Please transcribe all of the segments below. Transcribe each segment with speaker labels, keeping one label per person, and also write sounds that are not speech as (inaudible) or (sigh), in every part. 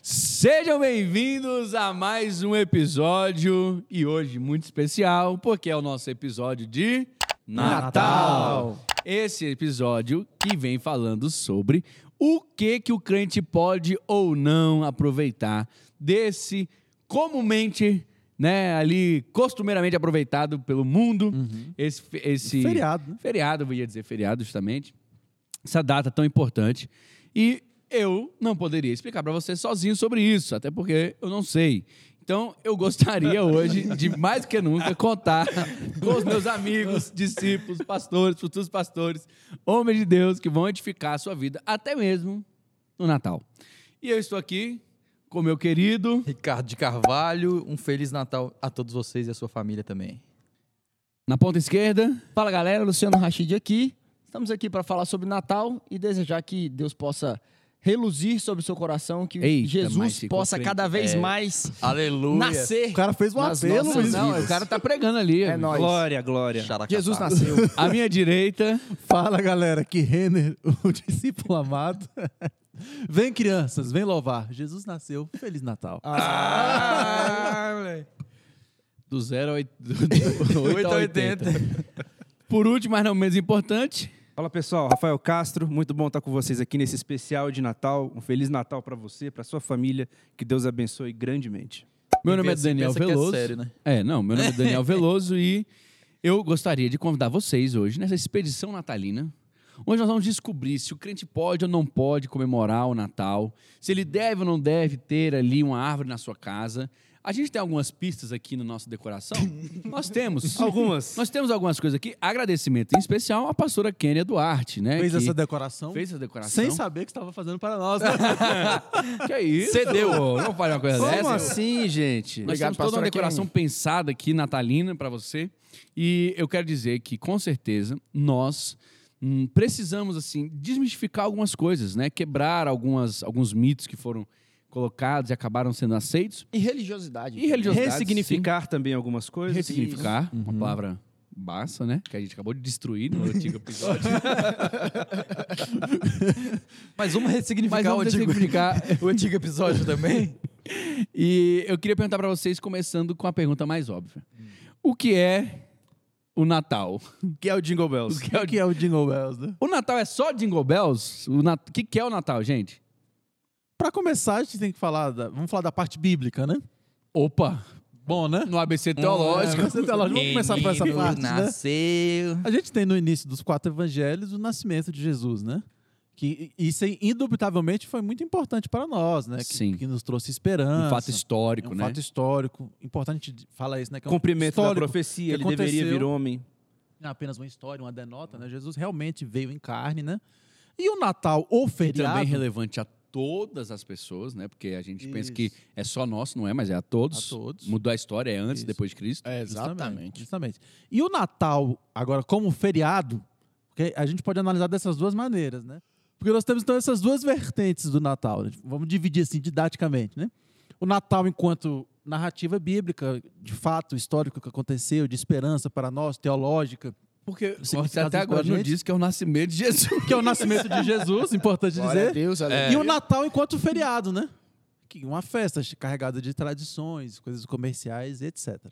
Speaker 1: Sejam bem-vindos a mais um episódio e hoje muito especial, porque é o nosso episódio de Natal. Esse episódio que vem falando sobre o que que o crente pode ou não aproveitar desse comumente, né, ali costumeiramente aproveitado pelo mundo, esse esse
Speaker 2: Uhum. Feriado, né?
Speaker 1: Feriado, eu ia dizer feriado justamente. Essa data tão importante. E eu não poderia explicar para você sozinho sobre isso, até porque eu não sei. Então, eu
Speaker 3: (laughs)
Speaker 1: gostaria hoje de mais que nunca contar com os meus amigos, discípulos, pastores, futuros pastores, homens de Deus que vão edificar a sua vida até mesmo no Natal. E eu estou aqui com meu querido
Speaker 4: Ricardo de Carvalho, um Feliz Natal a todos vocês e a sua família também.
Speaker 1: na ponta esquerda.
Speaker 3: Fala galera, Luciano Rachid aqui. Estamos aqui para falar sobre Natal e desejar que Deus possa reluzir sobre o seu coração, que
Speaker 1: Eita, mas
Speaker 3: Jesus
Speaker 1: ficou
Speaker 3: possa
Speaker 1: crente.
Speaker 3: cada vez mais
Speaker 4: é, Aleluia!
Speaker 3: nascer.
Speaker 2: O cara fez um
Speaker 3: Nas
Speaker 2: apelo,
Speaker 3: nossas
Speaker 2: Luiz.
Speaker 3: vidas.
Speaker 1: Não, o cara tá pregando ali.
Speaker 3: É nóis.
Speaker 4: glória! Xaracatá.
Speaker 3: Jesus nasceu.
Speaker 1: (laughs) À minha direita,
Speaker 2: Fala, galera, que Renner, (laughs) o discípulo amado. (laughs) Vem, crianças, vem louvar. Jesus nasceu. Feliz Natal. Ah,
Speaker 4: Ah, moleque.
Speaker 1: do 0 ao
Speaker 4: (laughs)
Speaker 1: 8
Speaker 4: então
Speaker 1: a 80. Por último, mas não menos importante,
Speaker 5: Fala pessoal, Rafael Castro, muito bom estar com vocês aqui nesse especial de Natal. Um feliz Natal para você, para sua família, que Deus abençoe grandemente.
Speaker 1: Meu nome é
Speaker 4: Pensa-
Speaker 1: Daniel
Speaker 4: pensa que é
Speaker 1: Veloso.
Speaker 4: sério, né?
Speaker 1: É, não, meu nome é
Speaker 4: (laughs)
Speaker 1: Daniel Veloso e eu gostaria de convidar vocês hoje nessa expedição natalina, onde nós vamos descobrir se o crente pode ou não pode comemorar o Natal, se ele deve ou não deve ter ali uma árvore na sua casa. A gente tem algumas pistas aqui na nossa
Speaker 4: (laughs)
Speaker 1: decoração? Nós temos.
Speaker 5: Algumas.
Speaker 1: Nós temos algumas coisas aqui. Agradecimento em especial à pastora Kênia Duarte, né?
Speaker 2: fez
Speaker 1: que
Speaker 2: essa decoração
Speaker 1: fez essa decoração.
Speaker 2: sem saber que estava fazendo para nós. né?
Speaker 5: (laughs)
Speaker 1: Que é isso? Cedeu. Não fale uma coisa
Speaker 5: Como
Speaker 1: dessa.
Speaker 5: assim, gente?
Speaker 1: Nós
Speaker 3: Obrigado,
Speaker 1: temos toda uma
Speaker 5: é
Speaker 3: pastora
Speaker 5: um-
Speaker 1: decoração pensada aqui, natalina, para você. E eu quero dizer que, com certeza, nós hum, precisamos, assim, desmistificar algumas coisas, né? Quebrar algumas, alguns mitos que foram colocados e acabaram sendo aceitos.
Speaker 3: (laughs) E religiosidade.
Speaker 1: E religiosidade,
Speaker 5: Ressignificar também algumas
Speaker 1: sim.
Speaker 5: coisas.
Speaker 1: Ressignificar, uma palavra basta, né? Que a gente acabou de destruir no antigo episódio.
Speaker 4: Mas vamos ressignificar
Speaker 1: Mas vamos
Speaker 4: o, antigo,
Speaker 1: ressignificar.
Speaker 4: o antigo episódio também?
Speaker 1: E eu queria perguntar para vocês, começando com a pergunta mais óbvia. O que é o Natal?
Speaker 5: Que é o Jingle Bells.
Speaker 1: que é o
Speaker 2: que é o Jingle Bells, né?
Speaker 1: O Natal é só Jingle Bells? O Nat- que, que é o Natal, gente?
Speaker 2: Para começar, a gente tem que falar, da... vamos falar da parte bíblica, né?
Speaker 1: Opa!
Speaker 2: Bom, né?
Speaker 1: No ABC Teológico.
Speaker 2: É, mas até lá, vamos começar por essa
Speaker 4: Menino
Speaker 2: parte, né?
Speaker 4: nasceu...
Speaker 2: A gente tem no início dos quatro evangelhos o nascimento de Jesus, né? Que isso aí, indubitavelmente foi muito importante para nós, né? Que,
Speaker 1: Sim.
Speaker 2: que nos trouxe esperança.
Speaker 1: um fato histórico,
Speaker 2: É um
Speaker 1: né?
Speaker 2: fato histórico. Importante de- falar isso, né? Que é um
Speaker 5: Cumprimento da
Speaker 2: histórico, que
Speaker 5: profecia, ele
Speaker 2: aconteceu.
Speaker 5: deveria vir homem.
Speaker 2: Não é apenas uma história, uma denota, né? Jesus realmente veio em carne, né? E o Natal,
Speaker 1: E
Speaker 2: ou
Speaker 1: É também
Speaker 2: feriado,
Speaker 1: relevante a todas as pessoas, né? Porque a gente pensa que
Speaker 2: Isso.
Speaker 1: é só nosso, não é? Mas é a todos.
Speaker 2: A todos.
Speaker 1: Mudou a história, é antes,
Speaker 2: Isso.
Speaker 1: depois de Cristo.
Speaker 3: É,
Speaker 2: Justamente, justamente. E o Natal, agora, como feriado, porque a gente pode analisar dessas duas maneiras, né? Porque nós temos, então, essas duas vertentes do Natal. né? Vamos dividir, assim, didaticamente, né? O Natal enquanto narrativa bíblica, de fato, histórico que aconteceu, de esperança para nós, teológica,
Speaker 1: Porque você
Speaker 2: significado
Speaker 1: até
Speaker 2: pra
Speaker 1: agora não
Speaker 2: gente.
Speaker 1: disse que é o nascimento de Jesus.
Speaker 2: que é o nascimento de Jesus, importante
Speaker 3: Glória a
Speaker 2: dizer.
Speaker 3: Deus, aleluia.
Speaker 1: É.
Speaker 2: E o Natal enquanto feriado, né? Que uma festa carregada de tradições, coisas comerciais, etc.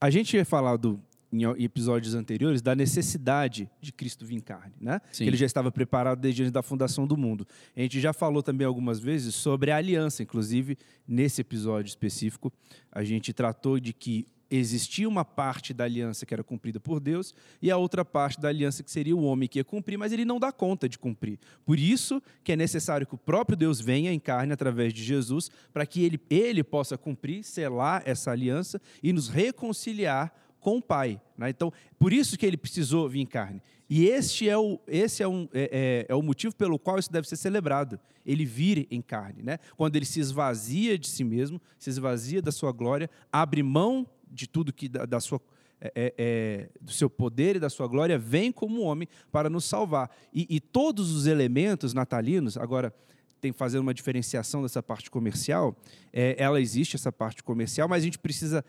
Speaker 5: A gente ia falar do, em em episódios anteriores da necessidade de Cristo vir em carne, né?
Speaker 1: É, Sim.
Speaker 5: Que ele já estava preparado desde antes da fundação do mundo. A gente já falou também algumas vezes sobre a aliança, inclusive nesse episódio específico, a gente tratou de que existia uma parte da aliança que era cumprida por Deus e a outra parte da aliança que seria o homem que ia cumprir, mas ele não dá conta de cumprir. Por isso que é necessário que o próprio Deus venha em carne através de Jesus para que ele, ele possa cumprir, selar essa aliança e nos reconciliar com o Pai. né? Então, por isso que ele precisou vir em carne. E este é o, esse é, um, é, é- é o motivo pelo qual isso deve ser celebrado. Ele vir em carne, né? Quando ele se esvazia de si mesmo, se esvazia da sua glória, abre mão de tudo que da, da sua é, é, é, do seu poder e da sua glória, vem como um homem para nos salvar. E, e todos os elementos natalinos, agora tem fazendo uma diferenciação dessa parte comercial, é, ela existe essa parte comercial, mas a gente precisa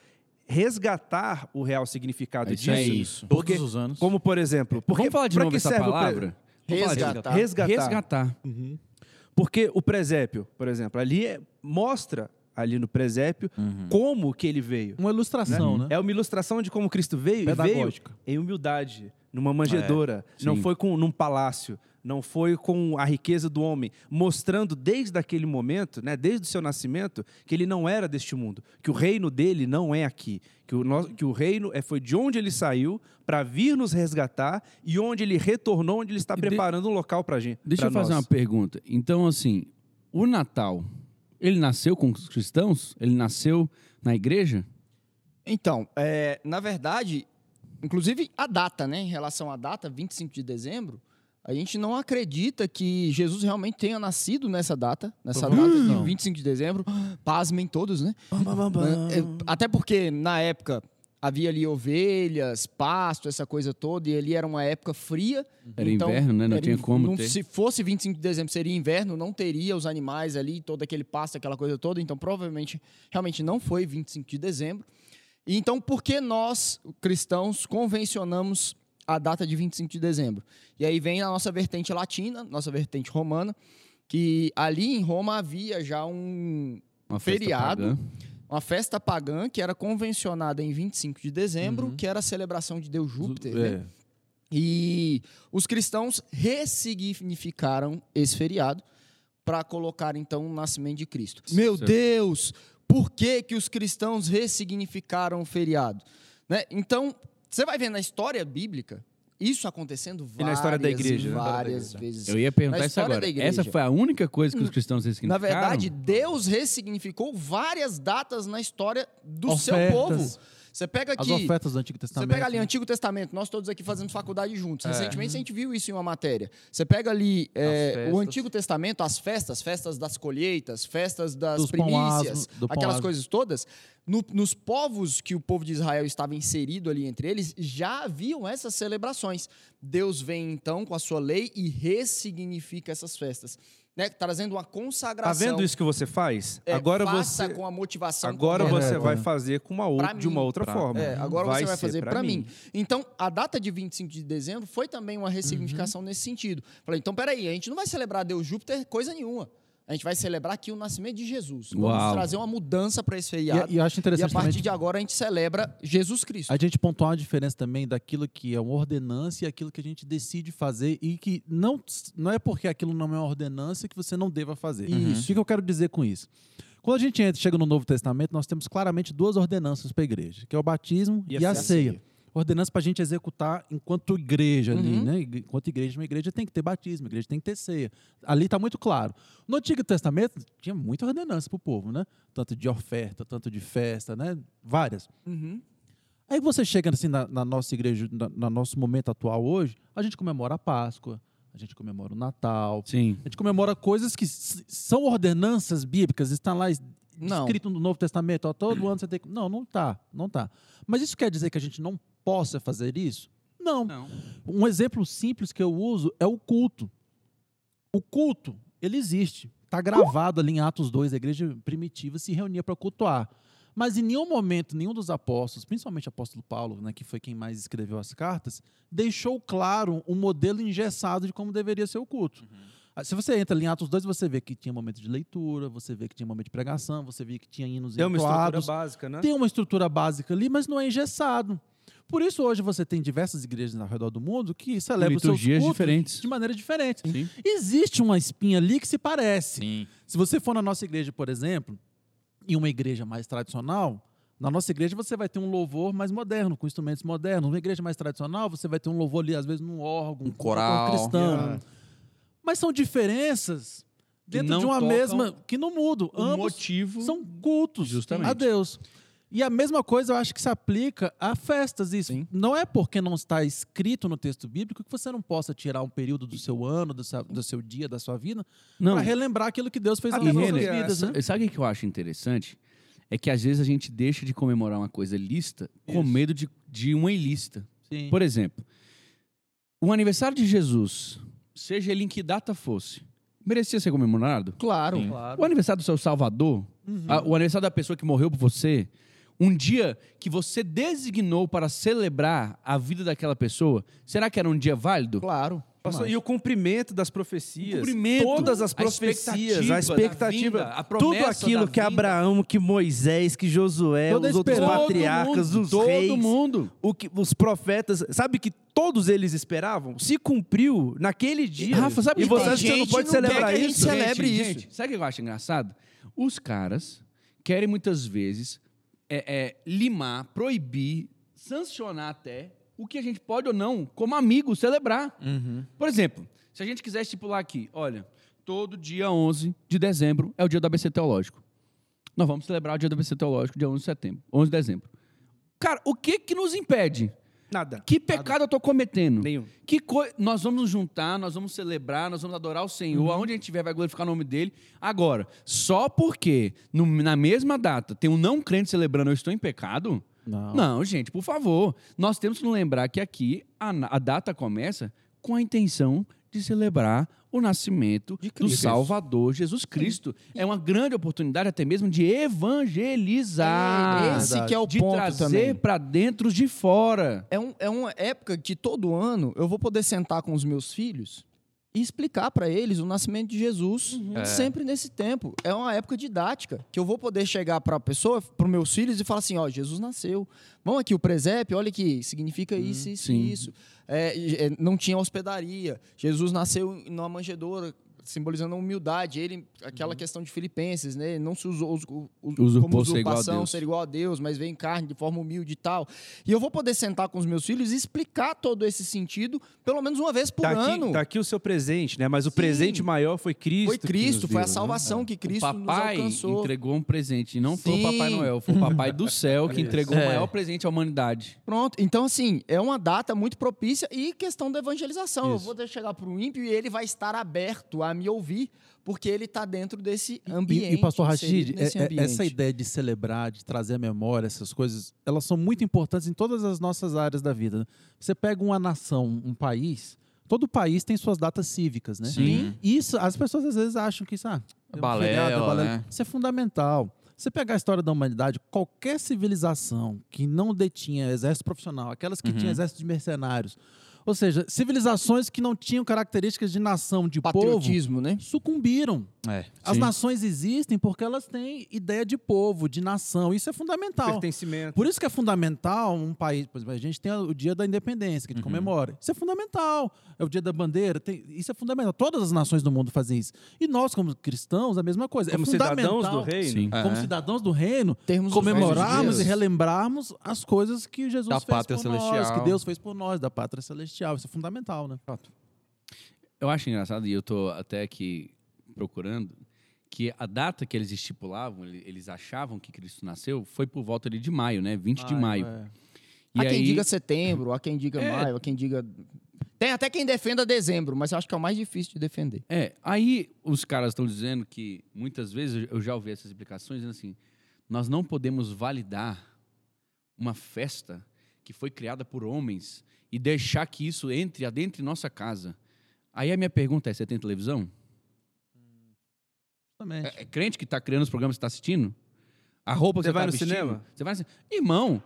Speaker 5: resgatar o real significado disso.
Speaker 1: é isso.
Speaker 5: Porque,
Speaker 4: os anos.
Speaker 5: como por exemplo, porque
Speaker 1: Vamos falar de
Speaker 5: pra
Speaker 1: novo
Speaker 5: que
Speaker 1: essa
Speaker 5: serve o pre-
Speaker 1: palavra?
Speaker 3: Resgatar.
Speaker 5: Resgatar.
Speaker 1: Resgatar.
Speaker 5: Porque o presépio, por exemplo, ali é- mostra ali no presépio,
Speaker 1: Uhum.
Speaker 5: como que ele veio.
Speaker 2: Uma ilustração, né?
Speaker 5: É uma ilustração de como Cristo veio e veio
Speaker 2: Pedagógica.
Speaker 5: em humildade, numa manjedoura, não
Speaker 1: sim.
Speaker 5: foi com num palácio, não foi com a riqueza do homem, mostrando desde aquele momento, né, desde o seu nascimento, que ele não era deste mundo, que o reino dele não é aqui, que o nosso, que o reino é foi de onde ele saiu para vir nos resgatar e onde ele retornou, onde ele está
Speaker 1: E de-
Speaker 5: preparando um local para gente.
Speaker 1: Deixa
Speaker 5: pra
Speaker 1: eu fazer
Speaker 5: nós.
Speaker 1: uma pergunta. Então, assim, o Natal, ele nasceu com os cristãos? Ele nasceu na igreja?
Speaker 3: Então, é, na verdade, inclusive a data, né? Em relação à data, 25 de dezembro, a gente não acredita que Jesus realmente tenha nascido nessa data, nessa data
Speaker 2: Provavelmente
Speaker 3: de
Speaker 2: não.
Speaker 3: 25 de dezembro. Pasmem todos, né? É, é, Até porque, na época, havia ali ovelhas, pasto, essa coisa toda, e ali era uma época fria.
Speaker 1: Era
Speaker 3: Então,
Speaker 1: inverno, né? Não
Speaker 3: era
Speaker 1: tinha
Speaker 3: in-
Speaker 1: como
Speaker 3: não-
Speaker 1: ter.
Speaker 3: Se fosse 25 de dezembro, seria inverno, não teria os animais ali, todo aquele pasto, aquela coisa toda. Então, provavelmente, realmente não foi 25 de dezembro. E então, por que nós, cristãos, convencionamos a data de 25 de dezembro? E aí vem a nossa vertente latina, nossa vertente romana, que ali em Roma havia já um,
Speaker 1: Uma festa
Speaker 3: Feriado.
Speaker 1: pagã.
Speaker 3: uma festa pagã que era convencionada em 25 de dezembro,
Speaker 2: Uhum.
Speaker 3: que era a celebração de Deus Júpiter. né?
Speaker 2: É.
Speaker 3: E os cristãos ressignificaram esse feriado para colocar então o nascimento de Cristo. Meu
Speaker 1: Certo.
Speaker 3: Deus, por que, que os cristãos ressignificaram o feriado? Né? Então, você vai ver na história bíblica isso acontecendo várias,
Speaker 5: E na história da igreja, né?
Speaker 3: várias
Speaker 5: Da
Speaker 3: vezes.
Speaker 1: Eu ia perguntar
Speaker 3: Na
Speaker 1: isso
Speaker 3: história
Speaker 1: agora.
Speaker 3: da igreja. Hum.
Speaker 1: Essa foi a única coisa que os cristãos
Speaker 3: Na
Speaker 1: ressignificaram?
Speaker 3: verdade, Deus ressignificou várias datas na história do seu
Speaker 2: Ofertas.
Speaker 3: povo. Você pega
Speaker 2: As
Speaker 3: aqui,
Speaker 2: ofertas do Antigo
Speaker 3: Você
Speaker 2: Testamento.
Speaker 3: pega ali
Speaker 2: né?
Speaker 3: Antigo Testamento, nós todos aqui fazemos faculdade
Speaker 5: É.
Speaker 3: juntos.
Speaker 5: Uhum.
Speaker 3: Recentemente a gente viu isso em uma matéria. Você pega ali é,
Speaker 4: festas.
Speaker 3: o Antigo Testamento, as festas, festas das colheitas, festas das
Speaker 2: Dos pão
Speaker 3: primícias,
Speaker 2: asmo, do pão
Speaker 3: aquelas
Speaker 2: asmo.
Speaker 3: coisas todas. no- nos povos que o povo de Israel estava inserido ali entre eles, já haviam essas celebrações. Deus vem então com a sua lei e ressignifica essas festas. né? Trazendo uma
Speaker 5: Tá
Speaker 3: consagração.
Speaker 5: vendo isso que você faz?
Speaker 3: É,
Speaker 5: agora
Speaker 3: faça
Speaker 5: você
Speaker 3: com a motivação
Speaker 5: agora
Speaker 3: correta.
Speaker 5: você
Speaker 2: correta,
Speaker 5: vai
Speaker 2: né?
Speaker 5: fazer com uma ou-
Speaker 3: Pra
Speaker 5: de uma
Speaker 3: mim,
Speaker 5: outra
Speaker 4: pra-
Speaker 5: forma.
Speaker 3: É, agora você vai
Speaker 5: ser
Speaker 3: fazer
Speaker 5: pra
Speaker 3: pra mim. Então, a data de 25 de dezembro foi também uma ressignificação nesse sentido. Falei, então peraí, a gente não vai celebrar Deus Júpiter coisa nenhuma. A gente vai celebrar aqui o nascimento de Jesus. Vamos
Speaker 1: Uau.
Speaker 3: trazer uma mudança para esse
Speaker 2: E,
Speaker 3: feriado.
Speaker 2: a- e eu acho
Speaker 3: E a
Speaker 2: interessante
Speaker 3: partir
Speaker 2: também
Speaker 3: de agora a gente celebra Jesus Cristo.
Speaker 2: a gente pontuar uma diferença também daquilo que é uma ordenança e aquilo que a gente decide fazer e que não, não é porque aquilo não é uma ordenança que você não deva fazer.
Speaker 3: Isso.
Speaker 2: O que eu quero dizer com isso? Quando a gente entra, chega no Novo Testamento, nós temos claramente duas ordenanças para a igreja, que é o batismo e, a, ceia. Ordenança para a gente executar enquanto igreja ali,
Speaker 3: Uhum.
Speaker 2: né? Igre- Enquanto igreja, uma igreja tem que ter batismo, a igreja tem que ter ceia. Ali está muito claro. No Antigo Testamento, tinha muita ordenança para o povo, né? Tanto de oferta, tanto de festa, né? Várias.
Speaker 3: Uhum.
Speaker 2: Aí você chega assim na, na nossa igreja, na- no nosso momento atual hoje, a gente comemora a Páscoa, a gente comemora o Natal,
Speaker 1: Sim.
Speaker 2: a gente comemora coisas que s- são ordenanças bíblicas, está lá es-
Speaker 3: Não.
Speaker 2: escrito no Novo Testamento, ó, todo ano você tem que... Não, não tá, não tá. Mas isso quer dizer que a gente não possa fazer isso? Não.
Speaker 1: Não.
Speaker 2: Um exemplo simples que eu uso é o culto. O culto, ele existe. Está gravado ali em Atos 2, a igreja primitiva se reunia para cultuar. Mas em nenhum momento, nenhum dos apóstolos, principalmente o apóstolo Paulo, né, que foi quem mais escreveu as cartas, deixou claro um modelo engessado de como deveria ser o culto.
Speaker 5: Uhum.
Speaker 2: Ah, Se você entra ali em Atos 2, você vê que tinha momento de leitura, você vê que tinha momento de pregação, você vê que tinha hinos
Speaker 5: É uma estrutura
Speaker 2: entoados,
Speaker 5: básica, né?
Speaker 2: tem uma estrutura básica ali, mas não é engessado. Por isso, hoje você tem diversas igrejas ao redor do mundo que celebram os seus
Speaker 1: liturgias
Speaker 2: cultos
Speaker 1: diferentes.
Speaker 2: de maneira diferente.
Speaker 1: Sim.
Speaker 2: Existe uma espinha ali que se parece.
Speaker 4: Sim.
Speaker 2: Se você for na nossa igreja, por exemplo, em uma igreja mais tradicional, na nossa igreja você vai ter um louvor mais moderno, com instrumentos modernos. Numa igreja mais tradicional, você vai ter um louvor ali, às vezes, num órgão,
Speaker 4: Um
Speaker 2: com cor
Speaker 4: coral.
Speaker 2: cristão.
Speaker 5: Yeah.
Speaker 2: Mas são diferenças dentro
Speaker 1: não
Speaker 2: de uma
Speaker 1: tocam
Speaker 2: mesma que não mudam.
Speaker 5: Um
Speaker 1: O
Speaker 2: Ambos
Speaker 1: motivo...
Speaker 2: são cultos
Speaker 1: Justamente.
Speaker 2: a Deus. E a mesma coisa eu acho que se aplica a festas. Isso
Speaker 1: Sim.
Speaker 2: não é porque não está escrito no texto bíblico que você não possa tirar um período do seu ano, do seu, do seu dia, da sua vida,
Speaker 1: Não,
Speaker 2: para relembrar aquilo que Deus fez
Speaker 5: Ah,
Speaker 2: nas
Speaker 5: e
Speaker 2: nossas
Speaker 5: Renner,
Speaker 2: vidas. Né?
Speaker 1: Sa- Sabe o que eu acho interessante? É que às vezes a gente deixa de comemorar uma coisa lícita com
Speaker 2: Isso.
Speaker 1: medo de, de uma ilícita.
Speaker 2: Sim.
Speaker 1: Por exemplo, o aniversário de Jesus, seja ele em que data fosse, merecia ser comemorado?
Speaker 3: Claro.
Speaker 4: Sim.
Speaker 1: O aniversário do seu Salvador,
Speaker 5: Uhum.
Speaker 1: a- o aniversário da pessoa que morreu por você, um dia que você designou para celebrar a vida daquela pessoa, será que era um dia válido?
Speaker 3: Claro.
Speaker 5: Passou- e o cumprimento das profecias.
Speaker 1: cumprimento,
Speaker 5: todas as
Speaker 1: a
Speaker 5: profecias,
Speaker 1: expectativa
Speaker 5: a expectativa,
Speaker 1: da vinda, a
Speaker 5: tudo
Speaker 1: promessa
Speaker 5: aquilo
Speaker 1: da
Speaker 5: que
Speaker 1: vinda.
Speaker 5: Abraão, que Moisés, que Josué,
Speaker 2: Toda a
Speaker 5: É, os outros
Speaker 2: esperança.
Speaker 1: todo
Speaker 5: patriarcas,
Speaker 1: mundo,
Speaker 5: os
Speaker 1: todo
Speaker 5: reis,
Speaker 1: mundo.
Speaker 5: o que, os profetas, sabe que todos eles esperavam? Se cumpriu naquele dia.
Speaker 1: Rafa, sabe
Speaker 5: e
Speaker 1: que
Speaker 5: você
Speaker 1: tem
Speaker 5: acha que você não
Speaker 3: gente
Speaker 5: pode
Speaker 3: no pé
Speaker 5: celebrar
Speaker 3: que a gente
Speaker 5: isso?
Speaker 3: celebre
Speaker 1: gente,
Speaker 3: isso.
Speaker 1: gente, sabe o que eu acho engraçado? Os caras querem muitas vezes é, é, limar, proibir, sancionar até o que a gente pode ou não, como amigo, celebrar. Por exemplo, se a gente quiser estipular aqui, olha, todo dia 11 de dezembro é o dia do ABC Teológico. Nós vamos celebrar o dia do ABC Teológico, dia 11 de setembro, 11 de dezembro. Cara, o que que nos impede?
Speaker 5: Nada.
Speaker 1: Que pecado eu tô cometendo?
Speaker 5: Nenhum.
Speaker 1: Que coi- Nós vamos nos juntar, nós vamos celebrar, nós vamos adorar o
Speaker 3: Uhum.
Speaker 1: Senhor, aonde a gente estiver vai glorificar o nome dele. Agora, só porque no- na mesma data tem um não crente celebrando, eu estou em pecado?
Speaker 2: Não.
Speaker 1: Não, gente, por favor. Nós temos que nos lembrar que aqui a, na- a data começa com a intenção de celebrar o nascimento do Salvador Jesus Cristo. É uma grande oportunidade até mesmo de evangelizar.
Speaker 3: Esse que é o
Speaker 1: de
Speaker 3: ponto
Speaker 1: trazer
Speaker 3: também.
Speaker 1: para dentro os de fora.
Speaker 3: É, um- é uma época que todo ano eu vou poder sentar com os meus filhos e explicar pra eles o nascimento de Jesus
Speaker 1: É.
Speaker 3: sempre nesse tempo. É uma época didática que eu vou poder chegar pra pessoa, para meus filhos e falar assim, ó, Jesus nasceu. Vamos aqui o presépio, olha que significa isso, isso,
Speaker 1: Hum, sim.
Speaker 3: e isso. É, e, é, não tinha hospedaria. Jesus nasceu numa manjedoura simbolizando a humildade. Ele aquela
Speaker 1: Uhum.
Speaker 3: questão de Filipenses, né? Ele não se usou us- u- u-
Speaker 1: Usurpou
Speaker 3: como
Speaker 1: ser igual a
Speaker 3: usurpação,
Speaker 1: Deus.
Speaker 3: ser igual a Deus, mas veio em carne de forma humilde e tal. E eu vou poder sentar com os meus filhos e explicar todo esse sentido, pelo menos uma vez por
Speaker 5: Tá aqui,
Speaker 3: ano.
Speaker 5: tá aqui o seu presente, né? Mas o
Speaker 3: Sim.
Speaker 5: presente maior foi Cristo.
Speaker 3: foi
Speaker 5: que
Speaker 3: Cristo,
Speaker 5: nos
Speaker 3: foi a
Speaker 5: deu, né?
Speaker 3: salvação que Cristo
Speaker 1: o papai
Speaker 3: nos alcançou.
Speaker 1: entregou um presente, não foi o
Speaker 3: Sim.
Speaker 1: Papai Noel, foi o Papai
Speaker 3: (laughs)
Speaker 1: do Céu que entregou o
Speaker 4: É.
Speaker 1: maior presente à humanidade.
Speaker 3: Pronto. Então, assim, é uma data muito propícia e questão da evangelização. Eu
Speaker 2: Isso.
Speaker 3: vou ter que chegar para o ímpio e ele vai estar aberto a me ouvir, porque ele está dentro desse ambiente.
Speaker 2: E, e pastor Rashid,
Speaker 3: inserido nesse
Speaker 2: é- é-
Speaker 3: ambiente.
Speaker 2: essa ideia de celebrar, de trazer à memória essas coisas, elas são muito importantes em todas as nossas áreas da vida. né? Você pega uma nação, um país, todo país tem suas datas cívicas, né?
Speaker 1: Sim.
Speaker 2: Isso, as pessoas às vezes acham que isso, ah, é um
Speaker 4: Balela,
Speaker 2: feriado, é
Speaker 4: né?
Speaker 2: Isso é fundamental. Você pegar a história da humanidade, qualquer civilização que não detinha exército profissional, aquelas que
Speaker 4: Uhum.
Speaker 2: tinham exército de mercenários, ou seja, civilizações que não tinham características de nação, de povo,
Speaker 3: patriotismo, né?
Speaker 2: sucumbiram.
Speaker 4: É.
Speaker 2: As nações existem porque elas têm ideia de povo, de nação. Isso é fundamental.
Speaker 5: Pertencimento.
Speaker 2: Por isso que é fundamental um país. Por exemplo, a gente tem o dia da independência, que a gente comemora. Isso é fundamental. É o dia da bandeira. tem- isso é fundamental. Todas as nações do mundo fazem isso. E nós, como cristãos, a mesma coisa.
Speaker 5: Como
Speaker 2: é fundamental,
Speaker 5: cidadãos do reino.
Speaker 1: Sim.
Speaker 2: Como
Speaker 4: É.
Speaker 2: cidadãos do reino,
Speaker 3: Termos os
Speaker 2: comemorarmos
Speaker 3: nossos
Speaker 2: e
Speaker 3: dias.
Speaker 2: relembrarmos as coisas que Jesus
Speaker 4: Da
Speaker 2: fez
Speaker 4: pátria
Speaker 2: por nós,
Speaker 4: celestial.
Speaker 2: que Deus fez por nós, da pátria celestial. Isso é fundamental, né?
Speaker 1: Eu acho engraçado, e eu tô até aqui procurando, que a data que eles estipulavam, ele- eles achavam que Cristo nasceu, foi por volta ali de maio, né? 20 de maio.
Speaker 2: É.
Speaker 1: E
Speaker 3: há quem
Speaker 1: aí-
Speaker 3: diga setembro, há quem diga
Speaker 1: É.
Speaker 3: maio, há quem diga. Tem até quem defenda dezembro, mas eu acho que é o mais difícil de defender.
Speaker 1: É, aí os caras estão dizendo que muitas vezes eu já ouvi essas explicações dizendo assim: nós não podemos validar uma festa que foi criada por homens e deixar que isso entre adentre nossa casa. Aí a minha pergunta é: você tem televisão?
Speaker 2: Justamente.
Speaker 1: É, é crente que está criando os programas que está assistindo? A roupa que
Speaker 5: Você
Speaker 1: você,
Speaker 5: vai
Speaker 1: tá
Speaker 5: no
Speaker 1: vestindo?
Speaker 5: cinema?
Speaker 1: Você vai no cinema. Irmão,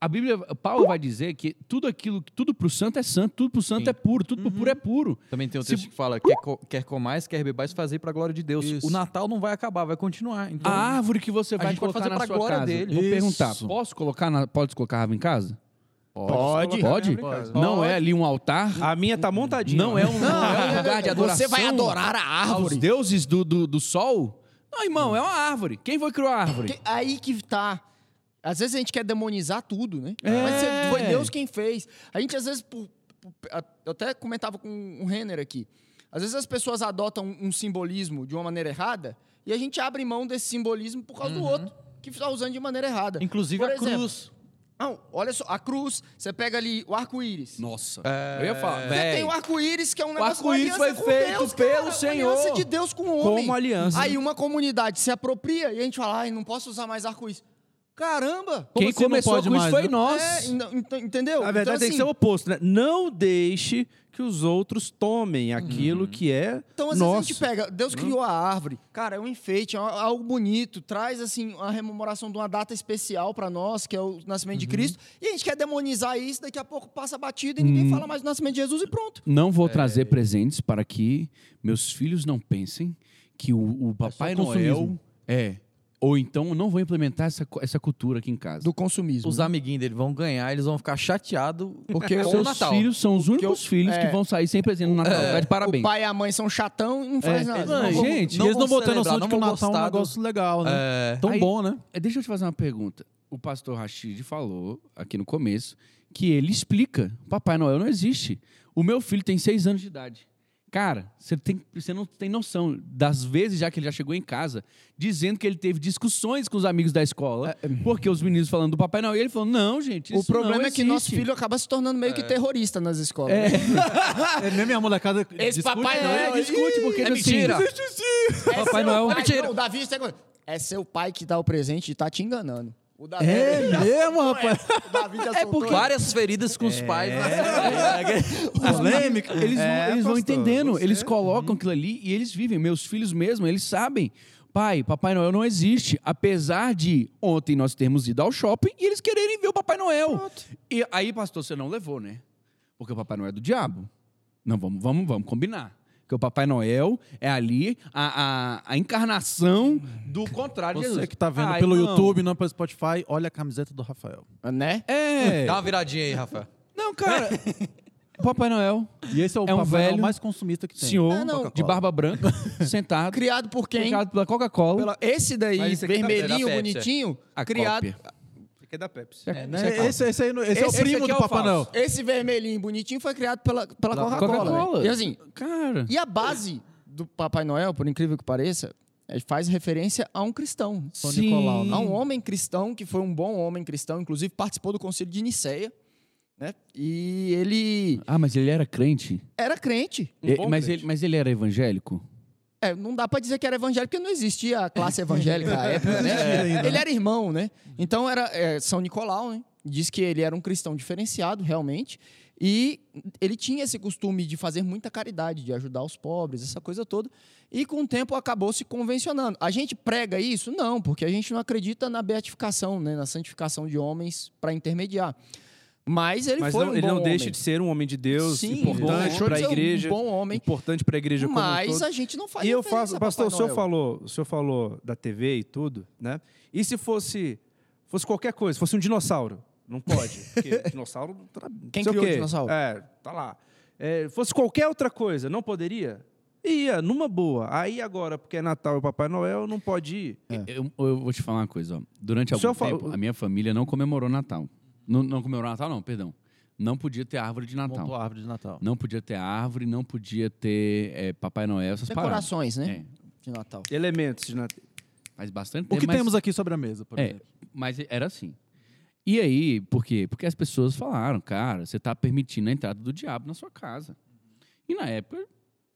Speaker 1: a Bíblia, Paulo vai dizer que tudo aquilo, tudo pro santo é santo, tudo pro santo
Speaker 4: Sim.
Speaker 1: é puro, tudo pro
Speaker 5: Uhum.
Speaker 1: puro é puro.
Speaker 4: Também tem um
Speaker 1: Se-
Speaker 4: texto que fala: quer, co quer comais, quer bebais, fazer pra glória de Deus.
Speaker 2: Isso. Ah.
Speaker 4: O Natal não vai acabar, vai continuar. Então,
Speaker 1: A árvore que você
Speaker 4: A
Speaker 1: vai
Speaker 4: gente pode
Speaker 1: colocar
Speaker 4: fazer
Speaker 1: na
Speaker 4: pra
Speaker 1: sua
Speaker 4: glória
Speaker 1: casa.
Speaker 4: dele.
Speaker 1: Vou
Speaker 2: Isso.
Speaker 1: perguntar, posso colocar na, pode colocar a árvore em casa?
Speaker 3: Pode.
Speaker 1: Pode?
Speaker 5: Pode.
Speaker 1: Não é ali um altar?
Speaker 5: A minha tá montadinha.
Speaker 1: Não é um, não é um lugar de adoração?
Speaker 3: Você vai adorar a
Speaker 1: aos
Speaker 3: árvore.
Speaker 1: deuses do, do, do sol? Não, irmão, é uma árvore. Quem foi criar a árvore?
Speaker 3: Que- aí que tá. Às vezes a gente quer demonizar tudo, né?
Speaker 1: É.
Speaker 3: Mas cê- foi Deus quem fez. A gente, às vezes, por- por- a- eu até comentava com o Renner aqui. Às vezes as pessoas adotam um, um simbolismo de uma maneira errada e a gente abre mão desse simbolismo por causa do outro, que está usando de maneira errada.
Speaker 4: Uhum. Inclusive
Speaker 3: Por
Speaker 4: a
Speaker 3: exemplo,
Speaker 4: cruz.
Speaker 3: Não, olha só, a cruz, você pega ali o arco-íris.
Speaker 1: Nossa. Eu ia falar,
Speaker 3: Você Né, tem
Speaker 1: velho.
Speaker 3: o arco-íris, que é um negócio
Speaker 1: É.
Speaker 3: uma
Speaker 1: arco-íris foi
Speaker 3: aliança com
Speaker 1: feito
Speaker 3: Deus,
Speaker 1: pelo
Speaker 3: cara, uma
Speaker 1: Senhor.
Speaker 3: aliança de Deus com o homem.
Speaker 5: Como aliança.
Speaker 3: Aí uma comunidade se apropria e a gente fala, ai, não posso usar mais arco-íris. Caramba!
Speaker 2: Como
Speaker 1: Quem
Speaker 2: assim não
Speaker 1: começou
Speaker 2: pode
Speaker 1: com isso
Speaker 2: mais,
Speaker 1: foi
Speaker 2: né?
Speaker 1: nós.
Speaker 3: É, ent- ent- entendeu?
Speaker 5: Na verdade,
Speaker 3: então,
Speaker 5: tem que ser o oposto, né? Não deixe que os outros tomem aquilo
Speaker 4: Uhum.
Speaker 5: que é
Speaker 3: Então, às
Speaker 5: nosso.
Speaker 3: vezes a gente pega, Deus criou a árvore, cara, é um enfeite, é algo bonito, traz assim a rememoração de uma data especial pra nós, que é o nascimento de Cristo, e a gente quer demonizar isso, daqui a pouco passa batido e ninguém fala mais do nascimento de Jesus e pronto.
Speaker 1: Não vou trazer presentes para que meus filhos não pensem que o, o Papai Noel
Speaker 2: consumismo.
Speaker 1: é. Ou então eu não vou implementar essa, cu- essa cultura aqui em casa.
Speaker 3: Do consumismo.
Speaker 4: Os amiguinhos dele vão ganhar, eles vão ficar chateados
Speaker 3: Porque
Speaker 4: com o
Speaker 1: Seus
Speaker 4: Natal.
Speaker 1: filhos são os
Speaker 3: Porque
Speaker 1: únicos
Speaker 3: eu-
Speaker 1: filhos
Speaker 3: é.
Speaker 1: que vão sair sem presente no Natal. Tá de parabéns.
Speaker 3: O pai e a mãe são chatão e não faz
Speaker 1: É,
Speaker 3: nada.
Speaker 1: não,
Speaker 2: Não,
Speaker 1: Mas,
Speaker 2: vão-
Speaker 1: gente,
Speaker 2: e eles não
Speaker 4: vão
Speaker 2: botaram noção
Speaker 4: celebrar,
Speaker 2: de
Speaker 4: não
Speaker 2: que o Natal é
Speaker 4: vão
Speaker 2: um
Speaker 4: gostar do-
Speaker 2: negócio legal, né?
Speaker 4: É,
Speaker 2: Tão
Speaker 1: Aí-
Speaker 2: bom, (laughs) né?
Speaker 1: É, Deixa eu te fazer uma pergunta. O pastor Rashid falou aqui no começo que ele explica: Papai Noel não existe. O meu filho tem seis anos de idade. Cara, você, tem- você não tem noção das vezes já que ele já chegou em casa dizendo que ele teve discussões com os amigos da escola, porque os meninos falando do Papai Noel e ele falou: Não, gente,
Speaker 3: O
Speaker 1: isso
Speaker 3: problema
Speaker 1: não
Speaker 3: é que nosso
Speaker 1: existe."
Speaker 3: filho acaba se tornando meio que terrorista nas escolas. né?
Speaker 2: É mesmo a molecada. discute,
Speaker 3: papai
Speaker 2: né?
Speaker 3: Noel
Speaker 1: É, discute, porque
Speaker 4: É
Speaker 1: assim,
Speaker 4: mentira.
Speaker 3: É
Speaker 1: Papai
Speaker 3: seu
Speaker 1: Noel-
Speaker 3: pai-
Speaker 4: Mentira.
Speaker 3: não, o Davi tem coisa- É seu pai que dá o presente e tá te enganando. O Davi.
Speaker 2: É mesmo, rapaz.
Speaker 3: O Davi já
Speaker 4: É
Speaker 3: soltou
Speaker 4: porque várias feridas com os pais.
Speaker 1: polêmica. Eles, vão,
Speaker 5: É,
Speaker 1: eles vão
Speaker 5: pastor,
Speaker 1: entendendo,
Speaker 5: você-
Speaker 1: eles
Speaker 2: Uhum.
Speaker 1: colocam aquilo ali e eles vivem. Meus filhos mesmo, eles sabem. Pai, Papai Noel não existe, apesar de ontem nós termos ido ao shopping e eles quererem ver o Papai Noel. E aí, pastor, você não levou, né? Porque o Papai Noel é do diabo. Não, vamos, vamos, vamos combinar. Porque o Papai Noel é ali a, a, a encarnação do contrário de Jesus. Ah,
Speaker 2: Você que tá vendo
Speaker 1: Ai,
Speaker 2: pelo
Speaker 1: não.
Speaker 2: YouTube, não pelo Spotify, olha a camiseta do Rafael.
Speaker 3: Né?
Speaker 1: É.
Speaker 2: Tá.
Speaker 4: Dá uma viradinha aí, Rafa.
Speaker 1: Não, cara.
Speaker 2: (laughs)
Speaker 1: Papai Noel,
Speaker 2: E esse é o
Speaker 1: É um
Speaker 2: Papai Noel
Speaker 1: velho
Speaker 2: mais consumista que tem.
Speaker 1: senhor
Speaker 3: Ah, não.
Speaker 1: de barba branca, sentado.
Speaker 3: Criado por quem?
Speaker 1: Criado pela Coca-Cola.
Speaker 3: Pela- Esse daí,
Speaker 5: Mas esse aqui tá-
Speaker 3: vermelhinho,
Speaker 4: é da Pepsi,
Speaker 3: bonitinho,
Speaker 1: A
Speaker 3: criado.
Speaker 1: cópia.
Speaker 5: Aqui é da Pepsi.
Speaker 2: É, né? Esse, esse aí não- esse é o
Speaker 1: Esse
Speaker 2: primo
Speaker 1: aqui é
Speaker 2: do
Speaker 1: o
Speaker 2: Papai Noel.
Speaker 1: falso.
Speaker 3: Esse vermelhinho bonitinho foi criado pela, pela
Speaker 2: Pela
Speaker 3: Coca-Cola.
Speaker 1: Coca-Cola.
Speaker 3: velho. E assim,
Speaker 1: Cara.
Speaker 3: e a base do Papai Noel, por incrível que pareça, é- faz referência a um cristão.
Speaker 2: São Nicolau, né?
Speaker 3: A um homem cristão, que foi um bom homem cristão, inclusive participou do concílio de Niceia, né? E ele
Speaker 1: Ah, mas ele era crente?
Speaker 3: era crente.
Speaker 5: Um
Speaker 1: E-
Speaker 5: bom
Speaker 1: mas,
Speaker 5: crente.
Speaker 1: Ele, mas ele era evangélico?
Speaker 3: É, não dá pra dizer que era evangélico, porque não existia a classe evangélica na época, né? Ele era irmão, né? Então era é, São Nicolau, né? Diz que ele era um cristão diferenciado, realmente. E ele tinha esse costume de fazer muita caridade, de ajudar os pobres, essa coisa toda. E com o tempo acabou se convencionando. A gente prega isso? Não, porque a gente não acredita na beatificação, né? na santificação de homens para intermediar. Mas ele
Speaker 5: Mas
Speaker 3: foi
Speaker 5: não-
Speaker 3: um
Speaker 5: ele
Speaker 3: bom
Speaker 5: não deixa
Speaker 3: homem.
Speaker 5: de ser um homem de Deus,
Speaker 3: Sim,
Speaker 5: importante
Speaker 3: deixou de
Speaker 5: para a
Speaker 3: ser um
Speaker 5: igreja,
Speaker 3: bom homem,
Speaker 5: importante para a igreja como um todo.
Speaker 3: mas a gente não faz
Speaker 5: E eu
Speaker 3: referência
Speaker 5: faço,
Speaker 3: a
Speaker 5: pastor, o
Speaker 3: Papai
Speaker 5: senhor
Speaker 3: Noel.
Speaker 5: falou, o senhor falou da TV e tudo, né? E se fosse fosse qualquer coisa, fosse um dinossauro, não pode, porque dinossauro não tá- não
Speaker 3: Quem
Speaker 5: sei
Speaker 3: criou
Speaker 5: quê.
Speaker 3: o dinossauro?
Speaker 5: É, tá lá. É, fosse qualquer outra coisa, não poderia? Ia, numa boa. Aí agora, porque é Natal e Papai Noel, não pode ir.
Speaker 1: Eu, eu vou te falar uma coisa, ó. Durante
Speaker 5: O
Speaker 1: algum
Speaker 5: senhor fa-
Speaker 1: tempo, a minha família não comemorou Natal. Não, não comemorou Natal, não, perdão. Não podia ter árvore de Natal.
Speaker 2: Montou a árvore de Natal.
Speaker 1: Não podia ter árvore, não podia ter é, Papai Noel, essas paradas.
Speaker 3: Decorações, né?
Speaker 1: É,
Speaker 3: De Natal.
Speaker 5: Elementos de Natal.
Speaker 1: faz bastante
Speaker 2: O
Speaker 1: tempo.
Speaker 2: que
Speaker 1: mas-
Speaker 2: temos aqui sobre a mesa, por
Speaker 1: É,
Speaker 2: exemplo?
Speaker 1: mas era assim. E aí, por quê? Porque as pessoas falaram, cara, você tá permitindo a entrada do diabo na sua casa. E na época,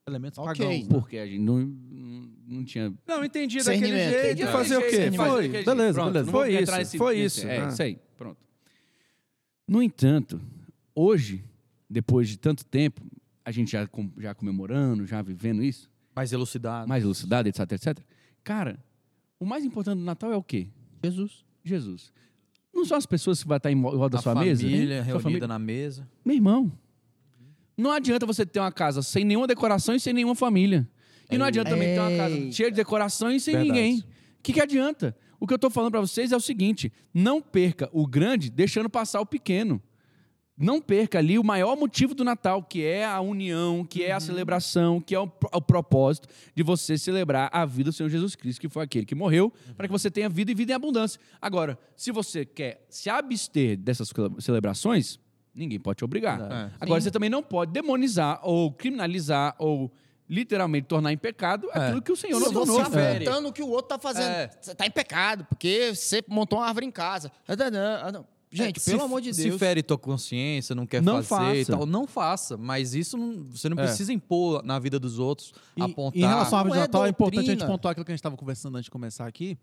Speaker 2: Elementos
Speaker 3: Ok.
Speaker 2: pagãos. né?
Speaker 1: porque a gente não, não não tinha
Speaker 5: Não, entendi daquele
Speaker 3: Discernimento,
Speaker 5: jeito.
Speaker 3: entendi.
Speaker 5: Fazer o quê?
Speaker 1: Faz
Speaker 5: Foi.
Speaker 1: daquele jeito.
Speaker 2: beleza,
Speaker 1: Pronto,
Speaker 2: beleza.
Speaker 1: não vou
Speaker 5: Foi
Speaker 1: entrar
Speaker 5: isso,
Speaker 1: nesse-
Speaker 5: foi
Speaker 1: nesse-
Speaker 5: isso,
Speaker 1: É,
Speaker 5: ah.
Speaker 1: isso aí, pronto. No entanto, hoje, depois de tanto tempo, a gente já, com- já comemorando, já vivendo isso,
Speaker 4: Mais elucidado.
Speaker 1: mais elucidado, etc, etc. Cara, o mais importante do Natal é o quê? Jesus. Jesus. Não são as pessoas que vão estar em vo- em volta da
Speaker 4: a
Speaker 1: sua
Speaker 4: família
Speaker 1: mesa? hein? Sua
Speaker 4: reunida
Speaker 1: família.
Speaker 4: na mesa.
Speaker 1: Meu irmão, não adianta você ter uma casa sem nenhuma decoração e sem nenhuma família. E não adianta também ter uma casa
Speaker 3: Eita.
Speaker 1: cheia de decoração e sem
Speaker 2: Verdade.
Speaker 1: ninguém. O que, que adianta? O que eu tô falando pra vocês é o seguinte: não perca o grande deixando passar o pequeno. Não perca ali o maior motivo do Natal, que é a união, que é a celebração, que é o, pro- o propósito de você celebrar a vida do Senhor Jesus Cristo, que foi aquele que morreu, para que você tenha vida e vida em abundância. Agora, se você quer se abster dessas cele- celebrações, ninguém pode te obrigar.
Speaker 2: Verdade.
Speaker 1: Agora, você também não pode demonizar ou criminalizar ou literalmente tornar em pecado aquilo que o Senhor
Speaker 3: Se
Speaker 1: nos
Speaker 3: você
Speaker 1: tornou.
Speaker 3: tá afetando o que o outro tá
Speaker 4: É.
Speaker 3: fazendo, você tá em pecado, porque você montou uma árvore em casa. Ah, não, ah, não. Gente,
Speaker 4: É,
Speaker 3: pelo
Speaker 4: se-
Speaker 3: amor de
Speaker 4: Se
Speaker 3: Deus.
Speaker 4: fere tua consciência, não quer
Speaker 1: Não
Speaker 4: fazer e
Speaker 1: faça.
Speaker 4: tal, não faça. Mas isso não- você não
Speaker 2: É.
Speaker 4: precisa impor na vida dos outros,
Speaker 2: E-
Speaker 4: apontar.
Speaker 2: Em relação à árvore
Speaker 3: Não
Speaker 2: de
Speaker 3: é
Speaker 2: Natal, é importante a gente
Speaker 3: doutrina.
Speaker 2: pontuar aquilo que a gente estava conversando antes de começar aqui.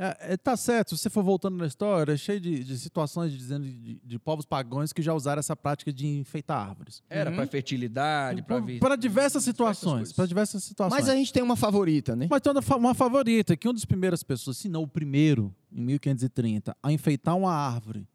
Speaker 2: É, é, tá certo, se você for voltando na história, é cheio de, de situações de, dizendo de, de povos pagões que já usaram essa prática de enfeitar árvores.
Speaker 4: Era pra fertilidade, pra vi-
Speaker 2: Para diversas situações.
Speaker 4: coisas.
Speaker 2: Para diversas situações.
Speaker 3: Mas a gente tem uma favorita, né?
Speaker 2: Mas tem uma fa- uma favorita, que uma das primeiras pessoas, se não o primeiro, em 1530, a enfeitar uma árvore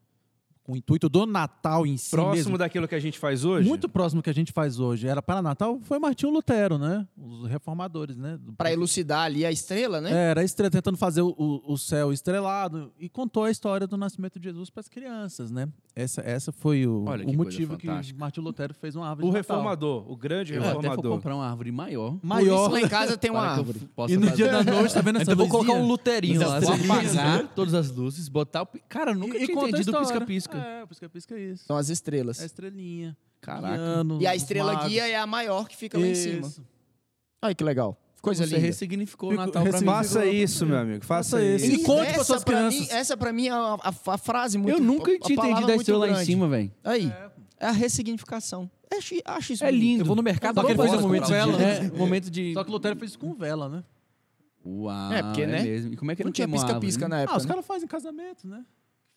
Speaker 2: com o intuito do Natal em si
Speaker 5: Próximo
Speaker 2: mesmo.
Speaker 5: daquilo que a gente faz hoje?
Speaker 2: Muito próximo que a gente faz hoje. Era para Natal, foi Martinho Lutero, né? Os reformadores, né? Do-
Speaker 3: Pra elucidar ali a estrela, né?
Speaker 2: Era estre- tentando fazer o, o- o céu estrelado e contou a história do nascimento de Jesus para as crianças, né? Essa, essa foi o,
Speaker 1: Olha
Speaker 2: o
Speaker 1: que coisa
Speaker 2: motivo que
Speaker 1: fantástica.
Speaker 2: Martinho Lutero fez uma árvore
Speaker 5: O
Speaker 2: de Natal.
Speaker 5: reformador, o grande
Speaker 1: Eu até vou
Speaker 5: reformador.
Speaker 1: comprar uma árvore maior.
Speaker 3: Por isso
Speaker 2: maior.
Speaker 3: lá em casa
Speaker 1: (laughs)
Speaker 3: tem uma
Speaker 1: para que eu
Speaker 3: árvore.
Speaker 1: possa
Speaker 2: (laughs) E no
Speaker 1: fazer.
Speaker 2: dia da noite, tá vendo essa
Speaker 4: Ainda vou colocar um
Speaker 2: luzinha?
Speaker 4: luterinho
Speaker 1: Mas é
Speaker 4: lá.
Speaker 1: as
Speaker 4: assim.
Speaker 1: estrelinhas, né? todas as luzes, botar o. pi- Cara, eu nunca
Speaker 2: E- e
Speaker 1: tinha
Speaker 2: conta a
Speaker 1: entendido o
Speaker 2: história.
Speaker 1: pisca-pisca.
Speaker 2: É, o pisca-pisca é isso.
Speaker 3: São as estrelas.
Speaker 2: A estrelinha.
Speaker 1: Caraca.
Speaker 2: Guiando
Speaker 3: E a
Speaker 2: os
Speaker 3: estrela
Speaker 2: magos.
Speaker 3: guia é a maior que fica lá em cima.
Speaker 2: Isso.
Speaker 3: Olha que legal. Coisa
Speaker 1: Você
Speaker 3: linda.
Speaker 1: ressignificou o
Speaker 2: Fico-
Speaker 1: um Natal pra mim.
Speaker 2: ressignificou-
Speaker 5: Faça isso, meu amigo. Faça
Speaker 2: Faça
Speaker 5: isso.
Speaker 2: isso. E conte
Speaker 3: Essa
Speaker 2: pras suas
Speaker 3: pra
Speaker 2: crianças.
Speaker 3: mim- essa pra mim é a, a- a frase muito
Speaker 1: Eu nunca
Speaker 3: a-
Speaker 1: tinha
Speaker 3: palavra
Speaker 1: entendido a
Speaker 3: muito
Speaker 1: estrela lá em
Speaker 3: grande.
Speaker 1: cima, velho.
Speaker 3: Aí. É a ressignificação. Acho, acho isso
Speaker 1: É
Speaker 3: bonito.
Speaker 1: lindo.
Speaker 4: Eu vou no mercado,
Speaker 1: Só que
Speaker 4: dou
Speaker 1: ele fez um
Speaker 4: bola,
Speaker 1: momento de...
Speaker 4: comprar um
Speaker 1: É, um (laughs) momento de...
Speaker 2: Só que o Lutero fez isso com vela, né?
Speaker 1: Uau,
Speaker 3: É, porque, né?
Speaker 1: mesmo. E como é que
Speaker 3: Não tinha pisca-pisca na época.
Speaker 2: ah, os
Speaker 3: né?
Speaker 2: caras fazem em casamento, né?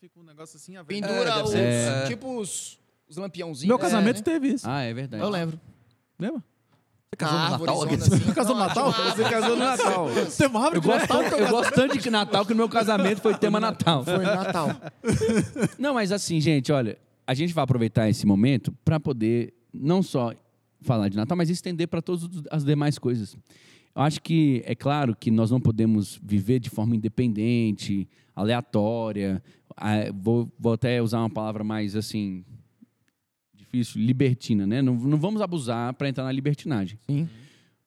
Speaker 2: Fica um negócio assim, a vela.
Speaker 3: Pendura
Speaker 4: deve
Speaker 3: os,
Speaker 4: ser. É.
Speaker 3: tipo os, os lampiãozinhos.
Speaker 2: Meu
Speaker 3: É,
Speaker 2: casamento
Speaker 3: né?
Speaker 2: teve isso.
Speaker 1: Ah, é verdade.
Speaker 3: Eu lembro.
Speaker 2: Lembra?
Speaker 4: casou no
Speaker 3: A
Speaker 4: Natal?
Speaker 3: árvorezona, assim.
Speaker 2: Você casou no Natal?
Speaker 3: Não, tinha uma
Speaker 2: Você
Speaker 3: árvore.
Speaker 5: Casou no Natal.
Speaker 2: Tem uma árvore
Speaker 1: Eu gosto, tanto, eu gosto tanto de Natal que no meu casamento (laughs) foi tema Natal.
Speaker 3: Foi no Natal.
Speaker 1: (laughs) Não, mas assim, gente, olha, a gente vai aproveitar esse momento para poder não só falar de Natal, mas estender para todas os- as demais coisas. Eu acho que é claro que nós não podemos viver de forma independente, aleatória. ah, Vou, vou até usar uma palavra mais assim difícil, libertina, né? Não, não vamos abusar para entrar na libertinagem.
Speaker 3: Sim.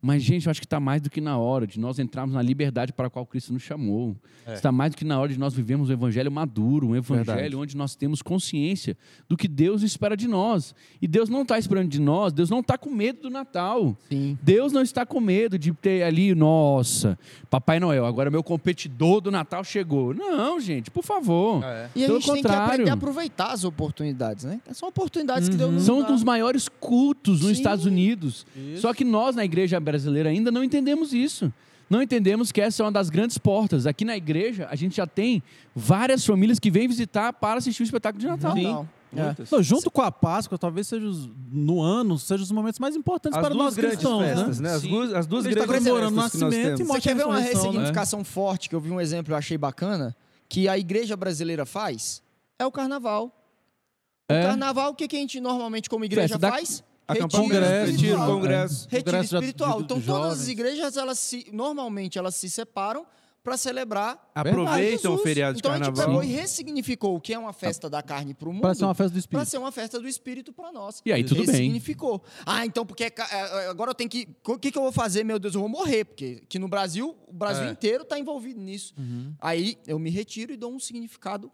Speaker 1: Mas, gente, eu acho que está mais do que na hora de nós entrarmos na liberdade para a qual Cristo nos chamou. Está mais do que na hora de nós vivermos um evangelho maduro, um evangelho
Speaker 2: Verdade.
Speaker 1: onde nós temos consciência do que Deus espera de nós. E Deus não está esperando de nós, Deus não está com medo do Natal.
Speaker 3: Sim.
Speaker 1: Deus não está com medo de ter ali, nossa, Papai Noel, agora meu competidor do Natal chegou. Não, gente, por favor.
Speaker 4: Ah, é.
Speaker 3: E a
Speaker 1: Pelo
Speaker 3: gente tem que aprender
Speaker 1: contrário.
Speaker 3: a aproveitar as oportunidades, né? São oportunidades que Deus nos
Speaker 1: São um
Speaker 2: Uhum.
Speaker 3: dá.
Speaker 1: dos maiores cultos nos
Speaker 3: Sim.
Speaker 1: Estados Unidos. Só que nós, na igreja brasileira, ainda não entendemos isso. Não entendemos que essa é uma das grandes portas. Aqui na igreja, a gente já tem várias famílias que vêm visitar para assistir o espetáculo de Natal.
Speaker 3: Natal. É.
Speaker 2: Não, junto com a Páscoa, talvez seja os- no ano, sejam os momentos mais importantes
Speaker 5: As
Speaker 2: para
Speaker 5: duas
Speaker 2: nós
Speaker 5: grandes
Speaker 2: cristãos,
Speaker 5: festas,
Speaker 2: né?
Speaker 5: né? As
Speaker 1: Sim.
Speaker 5: duas, as duas
Speaker 2: A gente tá
Speaker 5: grandes
Speaker 2: comemorando
Speaker 5: festas que nós
Speaker 2: nascimento e
Speaker 5: temos.
Speaker 2: morte.
Speaker 3: Você quer ver uma
Speaker 2: ressurreição, né?
Speaker 3: ressignificação forte, que eu vi um exemplo e eu achei bacana, que a igreja brasileira faz? É o carnaval. O
Speaker 1: É.
Speaker 3: carnaval, o que, que a gente normalmente como igreja
Speaker 1: Festa da- né?
Speaker 3: faz?
Speaker 5: Acampar
Speaker 2: Congresso,
Speaker 5: retiro,
Speaker 3: espiritual.
Speaker 5: congresso.
Speaker 3: Retiro
Speaker 2: Congresso de-
Speaker 3: espiritual.
Speaker 2: de- de
Speaker 3: então todas as
Speaker 2: jovens.
Speaker 3: igrejas, elas se, normalmente, elas se separam para celebrar
Speaker 5: Aproveitam o
Speaker 3: Jesus.
Speaker 5: feriado de
Speaker 3: Então a gente
Speaker 5: carnaval.
Speaker 3: pegou e ressignificou o que é uma festa da carne para o mundo
Speaker 2: Para ser uma festa do
Speaker 3: para
Speaker 2: Espírito.
Speaker 3: ser uma festa do espírito para nós.
Speaker 1: E aí, tudo bem.
Speaker 3: Significou. Ah, então porque é ca- é, é, agora eu tenho que o que que eu vou fazer? Meu Deus, eu vou morrer, porque que no Brasil, o Brasil
Speaker 4: É.
Speaker 3: inteiro tá envolvido nisso. Aí eu me retiro e dou um significado.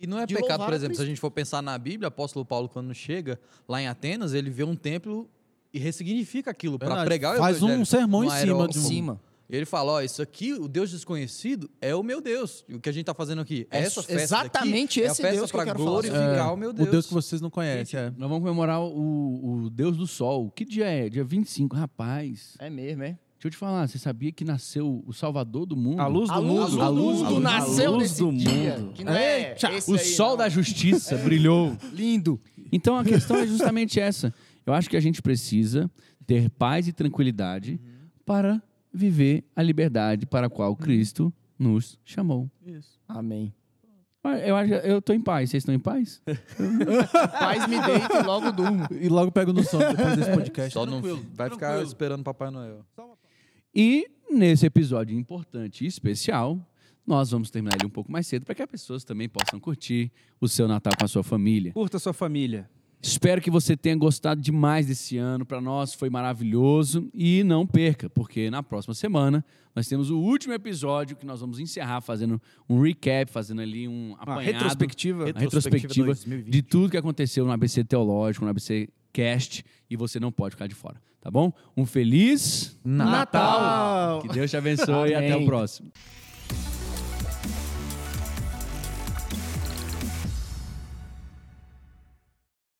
Speaker 4: E não é
Speaker 3: De
Speaker 4: pecado,
Speaker 3: louvar
Speaker 4: por
Speaker 3: a
Speaker 4: exemplo, se a
Speaker 3: Cristo.
Speaker 4: gente for pensar na Bíblia, o apóstolo Paulo, quando chega lá em Atenas, ele vê um templo e ressignifica aquilo para
Speaker 2: Verdade.
Speaker 4: pregar o
Speaker 2: Faz um
Speaker 4: evangelho.
Speaker 2: sermão em
Speaker 4: Um
Speaker 2: cima
Speaker 4: aeró-
Speaker 2: de um-
Speaker 4: E ele fala, ó, isso aqui, o Deus desconhecido, é o meu Deus. E o que a gente tá fazendo aqui,
Speaker 3: É
Speaker 4: essa festa
Speaker 3: exatamente
Speaker 4: daqui,
Speaker 3: esse
Speaker 4: é a festa
Speaker 3: Deus que eu
Speaker 4: pra
Speaker 3: quero falar.
Speaker 4: glorificar
Speaker 2: É,
Speaker 4: o meu Deus.
Speaker 2: O Deus que vocês não conhecem, é.
Speaker 1: Nós vamos comemorar o, o Deus do Sol. Que dia é? Dia 25. Rapaz,
Speaker 3: É mesmo, é.
Speaker 1: deixa eu te falar, você sabia que nasceu o Salvador do mundo?
Speaker 5: A luz
Speaker 3: A
Speaker 5: do
Speaker 3: luz
Speaker 5: mundo.
Speaker 3: do mundo nasceu
Speaker 5: A luz
Speaker 3: nesse
Speaker 5: do
Speaker 3: dia.
Speaker 5: mundo.
Speaker 3: Que não é
Speaker 1: Eita,
Speaker 3: esse
Speaker 1: o
Speaker 3: aí,
Speaker 1: sol
Speaker 3: não. É.
Speaker 1: da
Speaker 3: (laughs)
Speaker 1: justiça brilhou.
Speaker 3: lindo.
Speaker 1: Então a questão é justamente essa. Eu acho que a gente precisa ter paz e tranquilidade
Speaker 3: Uhum.
Speaker 1: para viver a liberdade para a qual Cristo nos chamou. Ah,
Speaker 3: Amém.
Speaker 1: Eu acho, eu tô em paz. Vocês estão em paz?
Speaker 3: (laughs) Paz me deito e logo um. durmo.
Speaker 2: E logo pego no sono depois desse podcast.
Speaker 4: Só não
Speaker 2: Tranquilo,
Speaker 4: vai ficar
Speaker 2: tranquilo.
Speaker 4: esperando Papai Noel.
Speaker 1: E nesse episódio importante e especial, nós vamos terminar ele um pouco mais cedo para que as pessoas também possam curtir o seu Natal com a sua família.
Speaker 5: Curta sua família.
Speaker 1: Espero que você tenha gostado demais desse ano. Para nós foi maravilhoso e não perca, porque na próxima semana nós temos o último episódio que nós vamos encerrar fazendo um recap, fazendo ali um
Speaker 5: Uma
Speaker 1: apanhado,
Speaker 5: retrospectiva.
Speaker 1: uma retrospectiva
Speaker 4: 2020.
Speaker 1: de tudo que aconteceu no ABC Teológico, no ABC Cast e você não pode ficar de fora, tá bom? Um feliz
Speaker 3: Natal.
Speaker 1: Que Deus te abençoe e até o
Speaker 3: Amém.
Speaker 1: próximo.